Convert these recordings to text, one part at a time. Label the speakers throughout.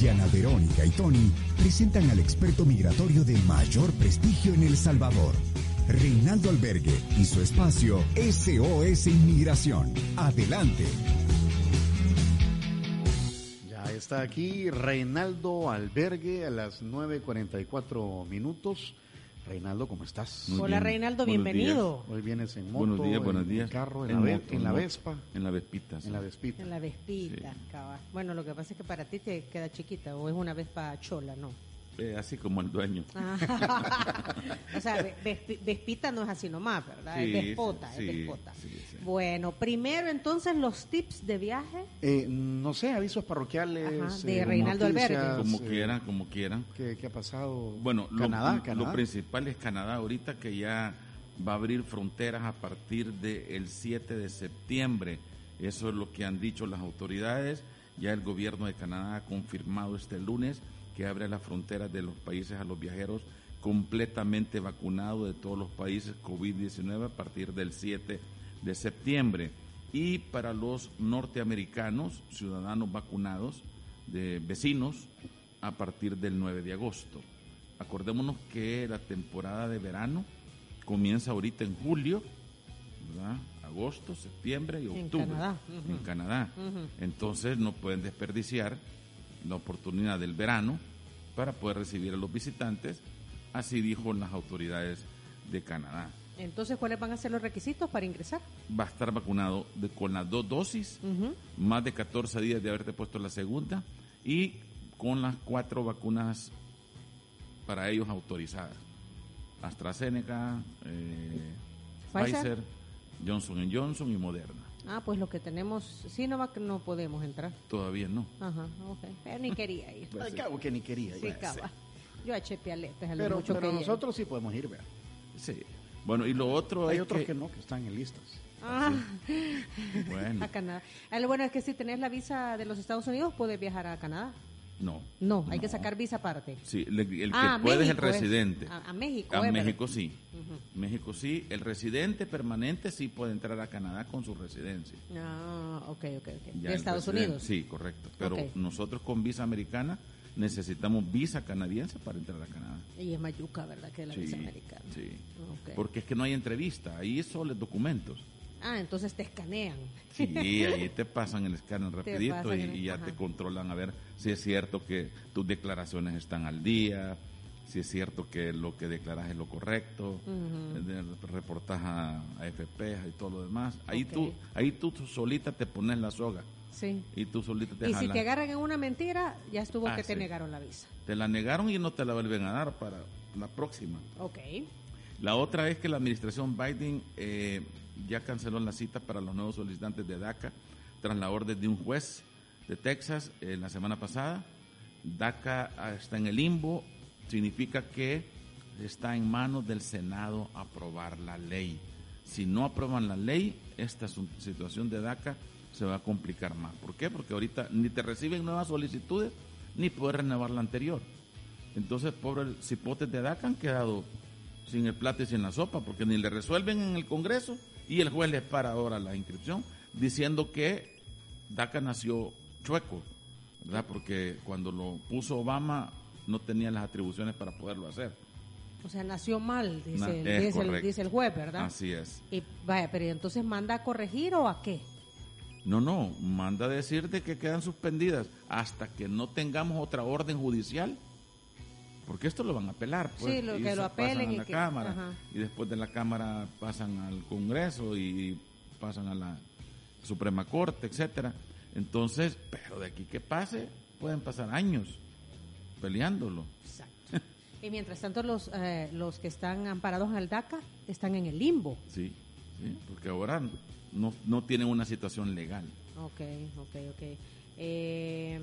Speaker 1: Diana Verónica y Tony presentan al experto migratorio de mayor prestigio en El Salvador, Reinaldo Albergue, y su espacio SOS Inmigración. Adelante.
Speaker 2: Ya está aquí Reinaldo Albergue a las 9.44 minutos. Reinaldo, ¿cómo estás?
Speaker 3: Muy Hola, bien. Reinaldo, buenos bienvenido.
Speaker 2: Días. Hoy vienes en moto,
Speaker 4: buenos días, buenos
Speaker 2: en
Speaker 4: días.
Speaker 2: carro, en,
Speaker 4: En
Speaker 2: la, ve-
Speaker 4: moto,
Speaker 2: en la
Speaker 4: moto.
Speaker 2: Vespa.
Speaker 4: En la Vespita. sí.
Speaker 2: En la Vespita.
Speaker 3: En la Vespita,
Speaker 4: Sí.
Speaker 3: cabal. Bueno, lo que pasa es que para ti te queda chiquita o es una Vespa chola, ¿no?
Speaker 4: Eh, así como el dueño.
Speaker 3: o sea, ve- vespi- Vespita no es así nomás, ¿verdad?
Speaker 4: Sí,
Speaker 3: es Vespota,
Speaker 4: sí,
Speaker 3: es Vespota.
Speaker 4: sí, sí.
Speaker 3: Bueno, primero entonces los tips de viaje.
Speaker 2: Eh, no sé, avisos parroquiales. eh,
Speaker 3: Ajá, de Reinaldo
Speaker 2: noticias,
Speaker 3: Albergue.
Speaker 4: Como
Speaker 2: eh,
Speaker 4: quieran, como quieran.
Speaker 2: ¿qué, qué ha pasado?
Speaker 4: Bueno, lo-
Speaker 2: Canadá,
Speaker 4: lo,
Speaker 2: Canadá.
Speaker 4: principal es Canadá ahorita que ya va a abrir fronteras a partir del 7 de septiembre. Eso es lo que han dicho las autoridades. Ya el gobierno de Canadá ha confirmado este lunes que abre las fronteras de los países a los viajeros completamente vacunados de todos los países COVID-19 a partir del 7 de septiembre. Y para los norteamericanos, ciudadanos vacunados, de vecinos, a partir del 9 de agosto. Acordémonos que la temporada de verano comienza ahorita en julio, ¿verdad? agosto, septiembre y
Speaker 3: En
Speaker 4: octubre.
Speaker 3: Canadá.
Speaker 4: En
Speaker 3: Ujú.
Speaker 4: Canadá.
Speaker 3: Ujú.
Speaker 4: Entonces no pueden desperdiciar la oportunidad del verano para poder recibir a los visitantes, así dijo las autoridades de Canadá.
Speaker 3: Entonces, ¿cuáles van a ser los requisitos para ingresar?
Speaker 4: Va a estar vacunado de- con las dos dosis,
Speaker 3: Ujú.
Speaker 4: más de 14 días de haberte puesto la segunda y con las cuatro vacunas para ellos autorizadas. AstraZeneca, eh,
Speaker 3: Pfizer.
Speaker 4: Pfizer. Johnson Johnson y Moderna.
Speaker 3: Ah, pues los que tenemos Sinovac no podemos entrar.
Speaker 4: Todavía no.
Speaker 3: Ajá, ok. Pero ni quería ir.
Speaker 2: Al cabo que ni quería.
Speaker 3: Sí,
Speaker 2: ya.
Speaker 3: cabal. Yo eché pialetas a lo
Speaker 2: Pero,
Speaker 3: mucho
Speaker 2: pero
Speaker 3: que
Speaker 2: nosotros sí podemos ir, vea.
Speaker 4: Sí. Bueno, y lo otro
Speaker 2: Hay
Speaker 4: es
Speaker 2: otros que...
Speaker 4: que-
Speaker 2: no, que están en listas.
Speaker 3: llego. Ah.
Speaker 4: Bueno,
Speaker 3: A Canadá. Ah, lo Bueno, es que si tenés la visa de los Estados Unidos, puedes viajar a Canadá.
Speaker 4: no.
Speaker 3: No, hay que sacar visa aparte.
Speaker 4: Sí, le- el que
Speaker 3: Ah, a
Speaker 4: puede es el
Speaker 3: México es.
Speaker 4: residente.
Speaker 3: A- a México,
Speaker 4: A
Speaker 3: es verdad.
Speaker 4: México sí. México sí. El residente permanente sí puede entrar a Canadá con su residencia.
Speaker 3: Ah, ok, ok, ok.
Speaker 4: Ya
Speaker 3: de
Speaker 4: el
Speaker 3: Estados
Speaker 4: residente-
Speaker 3: Unidos.
Speaker 4: Sí, correcto. Pero
Speaker 3: Ok.
Speaker 4: nosotros con visa americana necesitamos visa canadiense para entrar a Canadá.
Speaker 3: Y es Mayuca, ¿verdad? Que es la
Speaker 4: Sí,
Speaker 3: visa americana.
Speaker 4: sí.
Speaker 3: Ok.
Speaker 4: Porque es que no hay entrevista, ahí solo es documentos.
Speaker 3: Ah, entonces te escanean.
Speaker 4: Sí, ahí te pasan el escáner
Speaker 3: Te
Speaker 4: rapidito
Speaker 3: pasan
Speaker 4: y,
Speaker 3: el-
Speaker 4: y ya
Speaker 3: ajá.
Speaker 4: te controlan a ver si es cierto que tus declaraciones están al día, si es cierto que lo que declaras es lo correcto, reportajas a, a FP y todo lo demás. Ahí
Speaker 3: Ok.
Speaker 4: tú ahí tú solita te pones la soga
Speaker 3: Sí.
Speaker 4: y tú solita te
Speaker 3: Y si
Speaker 4: jalas.
Speaker 3: te agarran en una mentira, ya estuvo
Speaker 4: Ah,
Speaker 3: que te
Speaker 4: sí.
Speaker 3: negaron la visa.
Speaker 4: Te la negaron y no te la vuelven a dar para la próxima.
Speaker 3: Ok.
Speaker 4: La otra es que la administración Biden eh, ya canceló la cita para los nuevos solicitantes de DACA tras la orden de un juez de Texas eh, la semana pasada. DACA ah, está en el limbo, significa que está en manos del Senado aprobar la ley. Si no aprueban la ley, esta su- situación de DACA se va a complicar más. ¿Por qué? Porque ahorita ni te reciben nuevas solicitudes ni puedes renovar la anterior. Entonces, pobres cipotes de DACA han quedado sin el plato y sin la sopa, porque ni le resuelven en el Congreso y el juez les para ahora la inscripción, diciendo que DACA nació chueco, ¿verdad? Porque cuando lo puso Obama no tenía las atribuciones para poderlo hacer.
Speaker 3: O sea, nació mal, dice,
Speaker 4: Na-
Speaker 3: el,
Speaker 4: es
Speaker 3: dice, el,
Speaker 4: correcto. Ah,
Speaker 3: dice el juez, ¿verdad?
Speaker 4: Así es.
Speaker 3: Y vaya, pero ¿y entonces manda a corregir o a qué?
Speaker 4: No, no, manda decirte que quedan suspendidas hasta que no tengamos otra orden judicial. Porque esto lo van a apelar, pues.
Speaker 3: Sí, lo-
Speaker 4: y
Speaker 3: que
Speaker 4: eso
Speaker 3: lo apelen
Speaker 4: pasan a
Speaker 3: y
Speaker 4: la
Speaker 3: que-
Speaker 4: Cámara.
Speaker 3: ajá.
Speaker 4: Y después de la Cámara pasan al Congreso y pasan a la Suprema Corte, etcétera. Entonces, pero de aquí que pase, pueden pasar años peleándolo.
Speaker 3: Exacto. Y mientras tanto, los, eh, los que están amparados al DACA están en el limbo.
Speaker 4: Sí, sí, porque ahora no, no tienen una situación legal.
Speaker 3: Ok, ok, ok. Eh,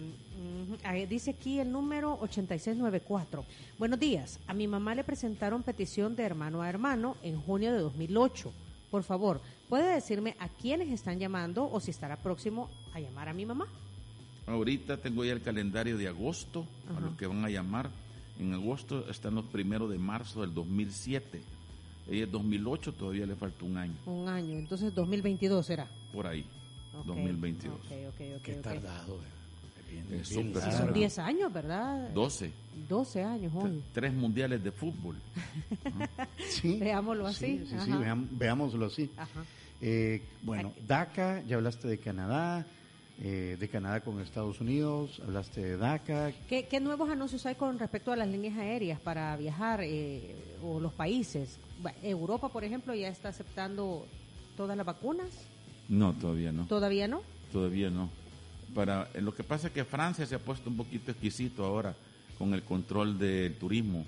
Speaker 3: ujú, ahí dice aquí el número 8694. Buenos días. A mi mamá le presentaron petición de hermano a hermano en junio de 2008. Por favor, ¿puede decirme a quiénes están llamando o si estará próximo a llamar a mi mamá?
Speaker 4: Ahorita tengo ya el calendario de agosto,
Speaker 3: Ajá.
Speaker 4: a los que van a llamar. En agosto están los primeros de marzo del 2007. Ella es 2008, todavía le falta un año,
Speaker 3: Un año, entonces 2022 será.
Speaker 4: por ahí,
Speaker 3: Ok,
Speaker 4: 2022.
Speaker 3: ok, ok, ok,
Speaker 2: Qué
Speaker 3: ok.
Speaker 2: tardado, vea. Bien,
Speaker 4: Es
Speaker 2: bien
Speaker 4: súper
Speaker 2: largo.
Speaker 3: Son 10 años, ¿verdad?
Speaker 4: 12,
Speaker 3: 12 años hoy.
Speaker 4: tres mundiales de fútbol.
Speaker 2: Sí,
Speaker 3: Veámoslo
Speaker 2: sí,
Speaker 3: así,
Speaker 2: Sí, sí,
Speaker 3: ajá.
Speaker 2: veam- veámoslo así.
Speaker 3: Ajá.
Speaker 2: Eh, bueno, DACA, ya hablaste de Canadá, eh, de Canadá con Estados Unidos, hablaste de DACA.
Speaker 3: ¿Qué, qué nuevos anuncios hay con respecto a las líneas aéreas para viajar eh, o los países? Ba- Europa, por ejemplo, ya está aceptando todas las vacunas.
Speaker 4: No, todavía no.
Speaker 3: ¿Todavía no?
Speaker 4: Todavía no. Para, eh, lo que pasa es que Francia se ha puesto un poquito exquisito ahora con el control del turismo,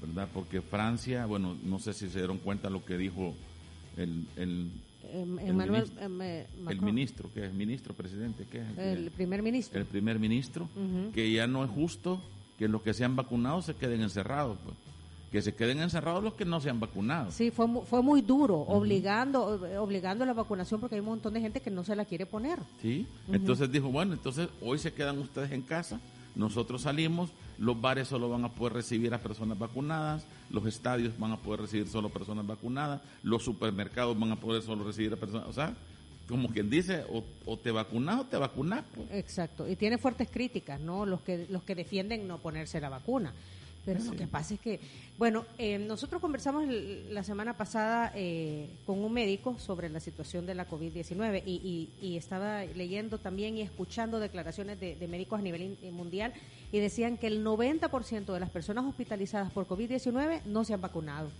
Speaker 4: ¿verdad? Porque Francia, bueno, no sé si se dieron cuenta lo que dijo el, el,
Speaker 3: Em-
Speaker 4: El
Speaker 3: Emmanuel,
Speaker 4: ministro-
Speaker 3: em, eh,
Speaker 4: el
Speaker 3: Macron,
Speaker 4: ministro, que es ministro, presidente, que es el, que-
Speaker 3: el primer ministro.
Speaker 4: el primer ministro,
Speaker 3: Ujú.
Speaker 4: que ya no es justo que los que se han vacunado se queden encerrados, pues. que se queden encerrados los que no se han vacunado.
Speaker 3: Sí, fue, mu- fue muy duro, obligando, eh, obligando a la vacunación porque hay un montón de gente que no se la quiere poner.
Speaker 4: ¿sí? Entonces dijo, bueno, entonces hoy se quedan ustedes en casa, nosotros salimos, los bares solo van a poder recibir a personas vacunadas, los estadios van a poder recibir solo personas vacunadas, los supermercados van a poder solo recibir a personas, o sea, como quien dice, o, o te vacunas o te vacunas. pues.
Speaker 3: Exacto, y tiene fuertes críticas, ¿no? Los que, los que defienden no ponerse la vacuna. Pero lo que pasa es que, bueno, eh, nosotros conversamos l- la semana pasada eh, con un médico sobre la situación de la COVID-19 y, y- y estaba leyendo también y escuchando declaraciones de, de médicos a nivel in- eh, mundial y decían que el 90% de las personas hospitalizadas por COVID-19 no se han vacunado.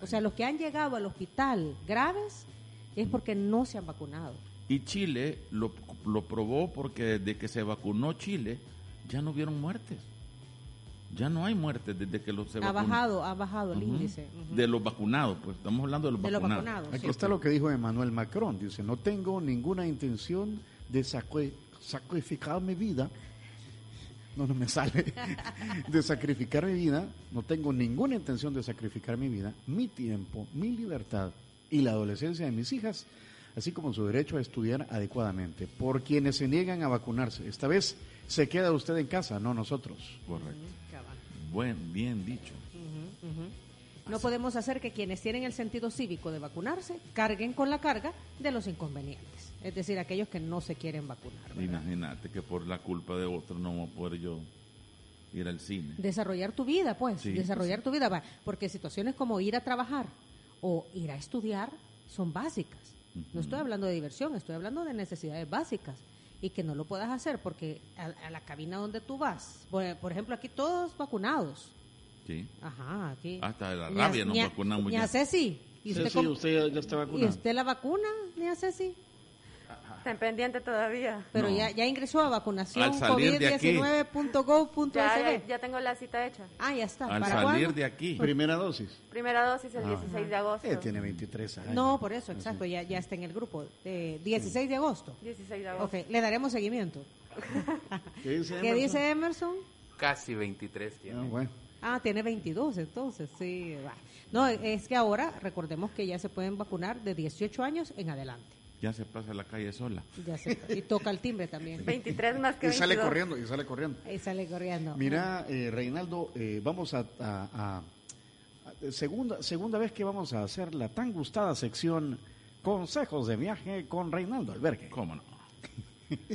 Speaker 3: O sea, los que han llegado al hospital graves es porque no se han vacunado.
Speaker 4: Y Chile lo, lo probó porque desde que se vacunó Chile ya no hubieron muertes. Ya no hay muertes desde que los se
Speaker 3: Ha
Speaker 4: vacunó.
Speaker 3: bajado, ha bajado el
Speaker 4: Ujú.
Speaker 3: índice. Ujú.
Speaker 4: De los vacunados, pues estamos hablando de los
Speaker 3: De los
Speaker 4: vacunados.
Speaker 3: vacunados.
Speaker 2: Aquí
Speaker 3: sí.
Speaker 2: está lo que dijo Emmanuel Macron. Dice, no tengo ninguna intención de sacue- sacrificar mi vida. No, no me sale. De sacrificar mi vida. No tengo ninguna intención de sacrificar mi vida, mi tiempo, mi libertad y la adolescencia de mis hijas, así como su derecho a estudiar adecuadamente. Por quienes se niegan a vacunarse. Esta vez se queda usted en casa, no nosotros.
Speaker 4: Correcto.
Speaker 3: Cabal.
Speaker 4: Buen, bien dicho.
Speaker 3: Ujú, ujú. No podemos hacer que quienes tienen el sentido cívico de vacunarse carguen con la carga de los inconvenientes, es decir, aquellos que no se quieren vacunar. ¿verdad?
Speaker 4: Imagínate que por la culpa de otro no voy a poder yo ir al cine.
Speaker 3: Desarrollar tu vida, pues,
Speaker 4: Sí,
Speaker 3: desarrollar tu vida, va, porque situaciones como ir a trabajar o ir a estudiar son básicas. No estoy hablando de diversión, estoy hablando de necesidades básicas y que no lo puedas hacer porque a, a la cabina donde tú vas, por, por ejemplo, aquí todos vacunados.
Speaker 4: Sí.
Speaker 3: Ajá, aquí.
Speaker 4: Hasta la
Speaker 3: Ni
Speaker 4: rabia
Speaker 3: a-
Speaker 4: nos
Speaker 3: ni a-
Speaker 4: vacunamos
Speaker 3: ni
Speaker 4: ya.
Speaker 3: a Ceci. ¿Y
Speaker 5: Sí, sí,
Speaker 3: cómo-
Speaker 5: usted ya, ya está
Speaker 3: ¿Y
Speaker 5: vacunado.
Speaker 3: usted la vacuna, Nia Ceci?
Speaker 6: Está en pendiente todavía.
Speaker 3: Pero
Speaker 4: No.
Speaker 3: ya, ya ingresó a vacunación
Speaker 4: Al salir de aquí.
Speaker 6: Ya,
Speaker 3: covid19.gov.sb.
Speaker 6: ya, ya tengo la cita hecha.
Speaker 3: Ah, ya está.
Speaker 4: Al
Speaker 3: ¿Para
Speaker 4: salir
Speaker 3: cuándo?
Speaker 4: de aquí,
Speaker 2: Primera dosis.
Speaker 6: Primera dosis el 16 de agosto.
Speaker 2: Ella tiene 23 años.
Speaker 3: No, por eso, exacto, ya, ya está en el grupo. Eh, 16 de agosto.
Speaker 6: 16 de
Speaker 3: Ok,
Speaker 6: agosto.
Speaker 3: le daremos seguimiento.
Speaker 2: ¿Qué dice
Speaker 3: ¿Qué
Speaker 2: Emerson?
Speaker 3: dice Emerson?
Speaker 7: Casi 23 tiene.
Speaker 2: Ah, bueno.
Speaker 3: Ah, tiene 22 entonces, sí. va. No, es que ahora recordemos que ya se pueden vacunar de 18 años en adelante.
Speaker 4: ya se pasa la calle sola.
Speaker 3: Ya se, y toca el timbre también.
Speaker 6: 23 más que
Speaker 2: Y
Speaker 6: 22.
Speaker 2: sale corriendo, y sale corriendo.
Speaker 3: Ahí sale corriendo.
Speaker 2: Mira, eh, Reinaldo, eh, vamos a, a- a- a- segunda, segunda vez que vamos a hacer la tan gustada sección Consejos de viaje con Reinaldo Albergue.
Speaker 4: ¿Cómo no?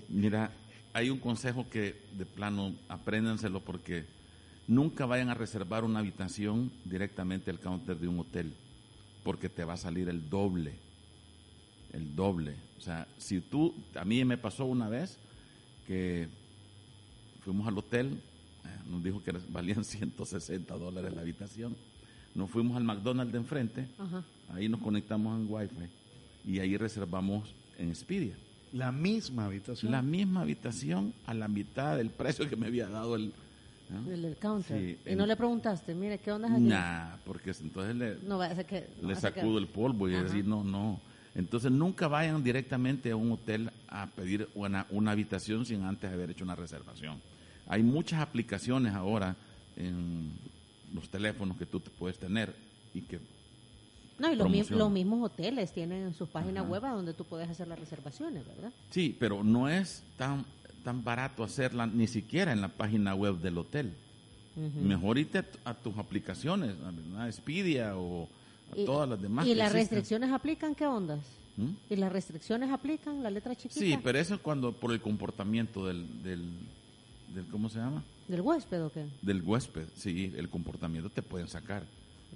Speaker 4: Mira, hay un consejo que de plano apréndanselo porque nunca vayan a reservar una habitación directamente al counter de un hotel porque te va a salir el doble. El doble. O sea, si tú, a mí me pasó una vez que fuimos al hotel, eh, nos dijo que valían 160 dólares la habitación, nos fuimos al McDonald's de enfrente,
Speaker 3: Ajá.
Speaker 4: ahí nos conectamos en Wi-Fi y ahí reservamos en Expedia.
Speaker 2: La misma habitación.
Speaker 4: La misma habitación a la mitad del precio que me había dado el... ¿no?
Speaker 3: El del counter.
Speaker 4: Sí,
Speaker 3: y
Speaker 4: en-
Speaker 3: no le preguntaste, mire, ¿qué onda es aquí?
Speaker 4: Nah, porque entonces le,
Speaker 3: No, va a ser que.
Speaker 4: le
Speaker 3: va a ser que-
Speaker 4: sacudo el polvo y
Speaker 3: Ajá.
Speaker 4: decir, no, no. Entonces nunca vayan directamente a un hotel a pedir una, una habitación sin antes haber hecho una reservación. Hay muchas aplicaciones ahora en los teléfonos que tú te puedes tener y que
Speaker 3: No, y los, mi-
Speaker 4: promoción.
Speaker 3: los mismos hoteles tienen en sus páginas
Speaker 4: Ajá.
Speaker 3: web a donde tú puedes hacer las reservaciones, ¿verdad?
Speaker 4: Sí, pero no es tan, tan barato hacerla ni siquiera en la página web del hotel. Mejor irte a, tu- a tus aplicaciones, a Expedia o a
Speaker 3: Y-
Speaker 4: todas las demás.
Speaker 3: ¿Y
Speaker 4: que
Speaker 3: las
Speaker 4: existen.
Speaker 3: restricciones aplican qué ondas?
Speaker 4: ¿Mm?
Speaker 3: ¿Y las restricciones aplican la letra chiquita?
Speaker 4: Sí, pero eso es cuando por el comportamiento del, del, del ¿cómo se llama?
Speaker 3: ¿Del huésped o qué?
Speaker 4: Del huésped, sí, el comportamiento te pueden sacar.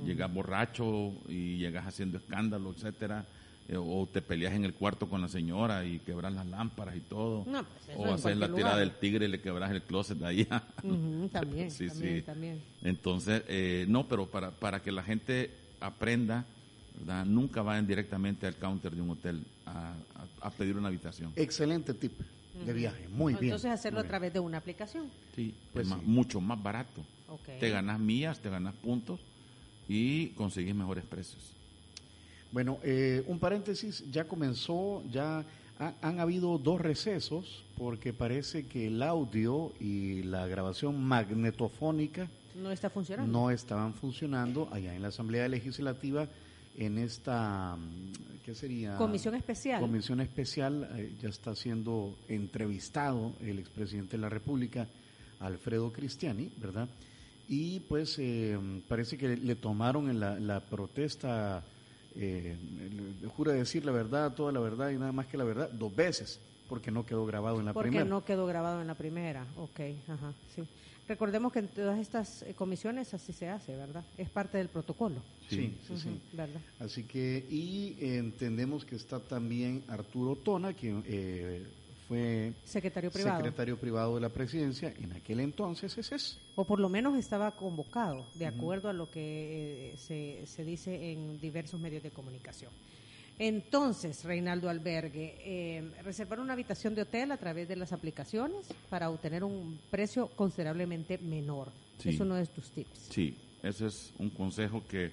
Speaker 4: Llegas borracho y llegas haciendo escándalo, etcétera, eh, o te peleas en el cuarto con la señora y quebras las lámparas y todo,
Speaker 3: No, pues, eso en
Speaker 4: o haces la
Speaker 3: cualquier
Speaker 4: tirada
Speaker 3: lugar.
Speaker 4: del tigre y le quebras el closet de ahí.
Speaker 3: Ujú, también,
Speaker 4: Sí,
Speaker 3: también,
Speaker 4: sí.
Speaker 3: también.
Speaker 4: Entonces, eh, no, pero para, para que la gente aprenda, ¿verdad? nunca vayan directamente al counter de un hotel a, a- a pedir una habitación.
Speaker 2: Excelente tip de viaje, muy bien.
Speaker 3: Entonces hacerlo
Speaker 2: muy
Speaker 3: a través de una aplicación.
Speaker 4: Sí,
Speaker 2: pues
Speaker 4: es más-
Speaker 2: sí.
Speaker 4: mucho más barato.
Speaker 3: Ok.
Speaker 4: Te ganas millas, te ganas puntos y consigues mejores precios.
Speaker 2: bien. Bueno, eh, un paréntesis, ya comenzó, ya ha- han habido dos recesos porque parece que el audio y la grabación magnetofónica
Speaker 3: No está funcionando.
Speaker 2: no estaban funcionando allá en la Asamblea Legislativa en esta, mm, ¿qué sería?
Speaker 3: Comisión especial.
Speaker 2: Comisión especial, eh, ya está siendo entrevistado el expresidente de la República, Alfredo Cristiani, ¿verdad? Y pues eh, parece que le tomaron en la, la protesta, eh, le- jura decir la verdad, toda la verdad y nada más que la verdad, dos veces, porque no quedó grabado en la
Speaker 3: porque
Speaker 2: primera.
Speaker 3: no quedó grabado en la primera. Ok, ajá, sí. Recordemos que en todas estas eh, comisiones así se hace, ¿verdad? Es parte del protocolo.
Speaker 2: Sí, sí, sí.
Speaker 3: Ujú, ¿Verdad?
Speaker 2: Así que, y entendemos que está también Arturo Tona, quien eh, fue
Speaker 3: Secretario privado.
Speaker 2: secretario privado de la presidencia en aquel entonces, ese es.
Speaker 3: O por lo menos estaba convocado, de acuerdo a lo que eh, se, se dice en diversos medios de comunicación. Entonces, Reinaldo Albergue, eh, reservar una habitación de hotel a través de las aplicaciones para obtener un precio considerablemente menor.
Speaker 4: Sí.
Speaker 3: Es uno de tus tips.
Speaker 4: Sí, ese es un consejo que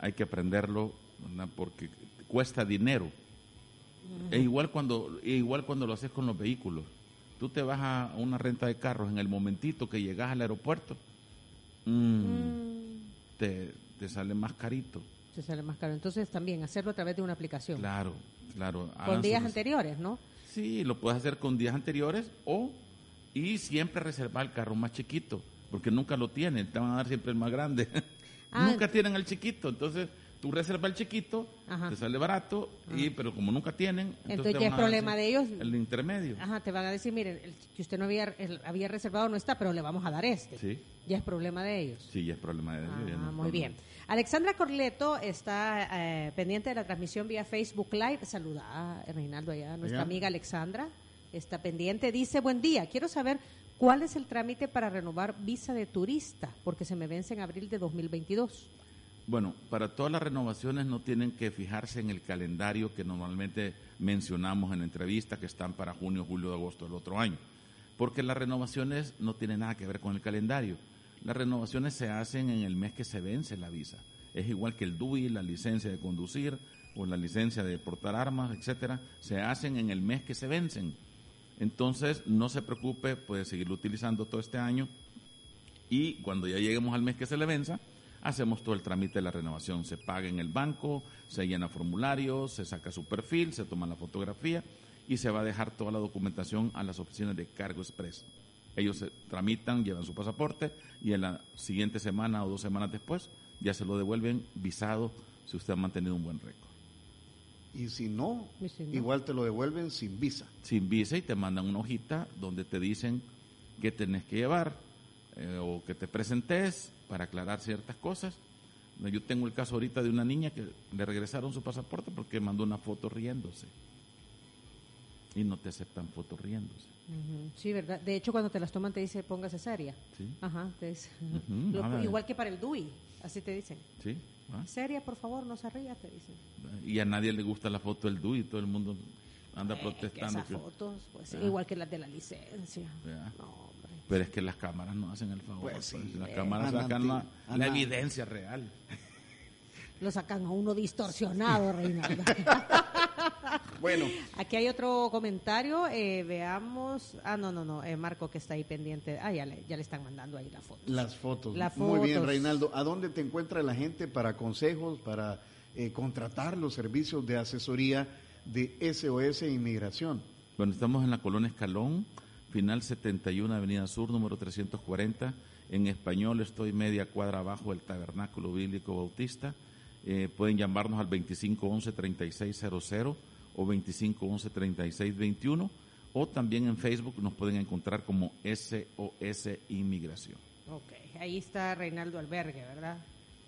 Speaker 4: hay que aprenderlo ¿verdad? porque cuesta dinero. Es igual cuando es igual cuando lo haces con los vehículos. Tú te vas a una renta de carros en el momentito que llegas al aeropuerto, mm, te, te sale más carito.
Speaker 3: Se sale más caro. Entonces, también hacerlo a través de una aplicación.
Speaker 4: Claro, Ah, claro.
Speaker 3: Con
Speaker 4: hagan
Speaker 3: días
Speaker 4: sus-
Speaker 3: anteriores, ¿no?
Speaker 4: Sí, lo puedes hacer con días anteriores o y siempre reservar el carro más chiquito, porque nunca lo tienen, te van a dar siempre el más grande.
Speaker 3: Ah,
Speaker 4: nunca tienen el chiquito, entonces tú reservas el chiquito,
Speaker 3: Ajá. Ah.
Speaker 4: te sale barato y pero como nunca tienen,
Speaker 3: Entonces
Speaker 4: te
Speaker 3: ya
Speaker 4: van
Speaker 3: es
Speaker 4: a dar
Speaker 3: problema
Speaker 4: siempre
Speaker 3: de ellos.
Speaker 4: El intermedio.
Speaker 3: Ajá, te van a decir, miren, el que usted no había, el- había reservado no está, pero le vamos a dar este.
Speaker 4: Sí.
Speaker 3: Ya es problema de ellos.
Speaker 4: Sí, ya es problema de ellos.
Speaker 3: Ah,
Speaker 4: ya no es
Speaker 3: muy
Speaker 4: problema.
Speaker 3: bien. Alexandra Corleto está eh, pendiente de la transmisión vía Facebook Live. Saluda a Reinaldo allá, nuestra
Speaker 2: Allá.
Speaker 3: amiga Alexandra. Está pendiente. Dice, buen día, quiero saber cuál es el trámite para renovar visa de turista, porque se me vence en abril de 2022.
Speaker 4: Bueno, para todas las renovaciones no tienen que fijarse en el calendario que normalmente mencionamos en la entrevista, que están para junio, julio, agosto del otro año, porque las renovaciones no tienen nada que ver con el calendario. Las renovaciones se hacen en el mes que se vence la visa. Es igual que el DUI, la licencia de conducir o la licencia de portar armas, etcétera, se hacen en el mes que se vencen. Entonces, no se preocupe, puede seguirlo utilizando todo este año y cuando ya lleguemos al mes que se le venza, hacemos todo el trámite de la renovación. Se paga en el banco, se llena formulario, se saca su perfil, se toma la fotografía y se va a dejar toda la documentación a las oficinas de Cargo Express. Ellos se tramitan, llevan su pasaporte y en la siguiente semana o dos semanas después ya se lo devuelven visado si usted ha mantenido un buen récord.
Speaker 2: Y si no,
Speaker 3: Y si no.
Speaker 2: igual te lo devuelven sin visa.
Speaker 4: sin visa y te mandan una hojita donde te dicen qué tenés que llevar eh, o que te presentes para aclarar ciertas cosas. No, Yo tengo el caso ahorita de una niña que le regresaron su pasaporte porque mandó una foto riéndose. Y no te aceptan fotos riéndose.
Speaker 3: Ujú, Sí, ¿verdad? De hecho, cuando te las toman te dice, póngase seria.
Speaker 4: Sí.
Speaker 3: Ajá, te dice.
Speaker 4: Ujú,
Speaker 3: Lo-
Speaker 4: ah, vale.
Speaker 3: igual que para el DUI, así te dicen.
Speaker 4: ¿Sí? ¿Ah?
Speaker 3: Seria, por favor, no se ría, te dicen.
Speaker 4: Y a nadie le gusta la foto del DUI, todo el mundo anda
Speaker 3: Eh, que
Speaker 4: protestando.
Speaker 3: esas
Speaker 4: que-
Speaker 3: fotos, pues,
Speaker 4: Ah.
Speaker 3: igual que las de la licencia.
Speaker 4: Vea.
Speaker 3: No, hombre.
Speaker 4: Pero es que las cámaras no hacen el favor.
Speaker 2: Pues sí,
Speaker 4: pues, las
Speaker 2: eh,
Speaker 4: cámaras
Speaker 2: andan
Speaker 4: sacan la,
Speaker 2: andan-
Speaker 4: la evidencia real.
Speaker 3: Lo sacan a uno distorsionado, Reinaldo.
Speaker 2: Bueno,
Speaker 3: Aquí hay otro comentario. eh, veamos. Ah, no, no, no. eh, Marco que está ahí pendiente. Ah, ya le, ya le están mandando ahí la foto.
Speaker 2: las fotos.
Speaker 3: Las
Speaker 2: Muy bien,
Speaker 3: fotos.
Speaker 2: Reinaldo. ¿A dónde te encuentra la gente para consejos, para eh, contratar los servicios de asesoría de SOS e Inmigración?
Speaker 4: Bueno, estamos en la colonia Escalón, final 71, Avenida Sur, número 340. En español estoy media cuadra abajo del Tabernáculo Bíblico Bautista. Eh, pueden llamarnos al 2511-3600 o 2511-3621 o también en Facebook nos pueden encontrar como SOS Inmigración.
Speaker 3: Ok, ahí está Reinaldo Albergue, ¿verdad?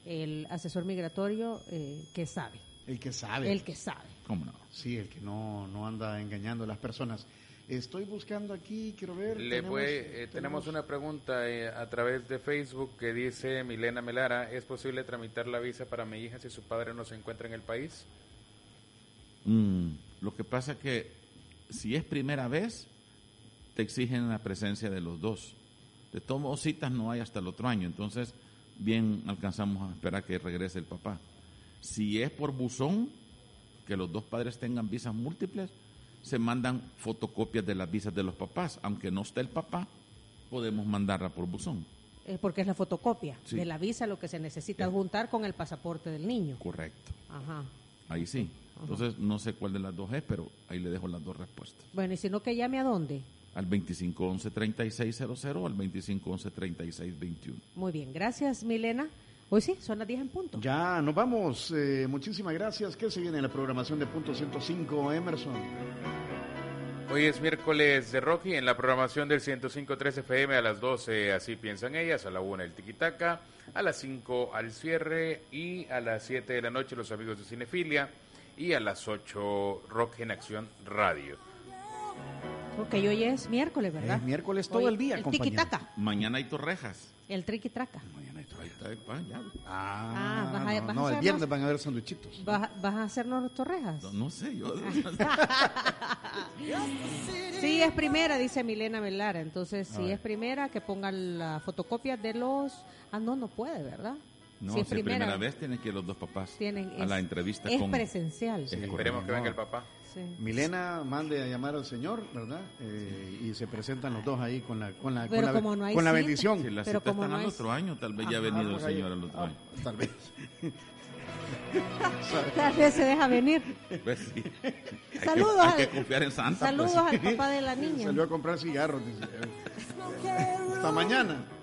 Speaker 3: El asesor migratorio eh, que sabe,
Speaker 2: El que sabe.
Speaker 3: el que sabe.
Speaker 4: ¿Cómo no?
Speaker 2: Sí, el que no, no anda engañando a las personas. Estoy buscando aquí, quiero ver.
Speaker 7: Le voy- eh, tenemos, una pregunta eh, a través de Facebook que dice Milena Melara, ¿es posible tramitar la visa para mi hija si su padre no se encuentra en el país?
Speaker 4: Mm, lo que pasa que si es primera vez, te exigen la presencia de los dos. De todos modos, citas no hay hasta el otro año, entonces bien alcanzamos a esperar que regrese el papá. Si es por buzón, que los dos padres tengan visas múltiples, se mandan fotocopias de las visas de los papás. Aunque no esté el papá, podemos mandarla por buzón.
Speaker 3: Eh, porque es la fotocopia
Speaker 4: Sí.
Speaker 3: de la visa lo que se necesita
Speaker 4: Sí.
Speaker 3: adjuntar con el pasaporte del niño.
Speaker 4: Correcto.
Speaker 3: Ajá.
Speaker 4: Ahí sí. Entonces, no sé cuál de las dos es, pero ahí le dejo las dos respuestas.
Speaker 3: Bueno, y si no, que llame a dónde.
Speaker 4: al 2511-3600 o al 2511-3621.
Speaker 3: Muy bien, gracias Milena. Hoy sí, son las 10 en punto.
Speaker 2: Ya, nos vamos. Eh, muchísimas gracias. ¿Qué se viene en la programación de Punto 105, Emerson?
Speaker 7: Hoy es miércoles de Rocky en la programación del 105.3 FM a las 12, así piensan ellas, a la 1 el tiquitaca, a las 5 al cierre y a las 7 de la noche los amigos de Cinefilia y a las 8 Rock en Acción Radio.
Speaker 3: Ok, hoy es miércoles, ¿verdad?
Speaker 2: Es miércoles todo
Speaker 3: Hoy-
Speaker 2: el día,
Speaker 3: El
Speaker 2: compañero.
Speaker 3: tiquitaca,
Speaker 4: Mañana hay torrejas.
Speaker 3: el triqui-traca.
Speaker 4: Ahí está, ahí va, ya.
Speaker 2: Ah,
Speaker 3: vas a-
Speaker 2: no,
Speaker 3: vas a
Speaker 2: no, el
Speaker 3: hacernos-
Speaker 2: viernes van a haber sandwichitos.
Speaker 3: ¿Vas, vas a hacernos torrejas?
Speaker 4: No, no sé, yo.
Speaker 3: Sí, es primera, dice Milena Velara. Entonces, si es primera, que pongan la fotocopia de los... Ah, no, no puede, ¿verdad?
Speaker 4: No, si es primera, vez, tienen que ir los dos papás
Speaker 3: tienen,
Speaker 4: a la
Speaker 3: es-
Speaker 4: entrevista
Speaker 3: Es
Speaker 4: con.
Speaker 3: presencial.
Speaker 4: Sí.
Speaker 7: Esperemos
Speaker 2: Correcto.
Speaker 7: que venga el papá.
Speaker 3: Sí.
Speaker 2: Milena mande a llamar al señor, ¿verdad? Eh, y se presentan los dos ahí con la, con la, con
Speaker 3: Pero
Speaker 2: la,
Speaker 3: como no hay
Speaker 2: con la
Speaker 3: cita.
Speaker 2: bendición.
Speaker 4: Si la
Speaker 3: Pero
Speaker 4: cita
Speaker 3: como
Speaker 4: está
Speaker 3: no
Speaker 4: al
Speaker 3: es-
Speaker 4: otro año, tal vez ya ha
Speaker 3: Ajá.
Speaker 4: venido el
Speaker 2: Por ahí.
Speaker 4: señor al otro
Speaker 2: Ah,
Speaker 4: año.
Speaker 2: Tal vez.
Speaker 3: Tal vez se deja venir.
Speaker 4: Pues sí. Hay que-
Speaker 3: Saludos
Speaker 4: Hay
Speaker 3: al-
Speaker 4: que, confiar en Santa. pues.
Speaker 3: Saludos al papá de la niña.
Speaker 2: Salió a comprar cigarros. dice. Hasta mañana.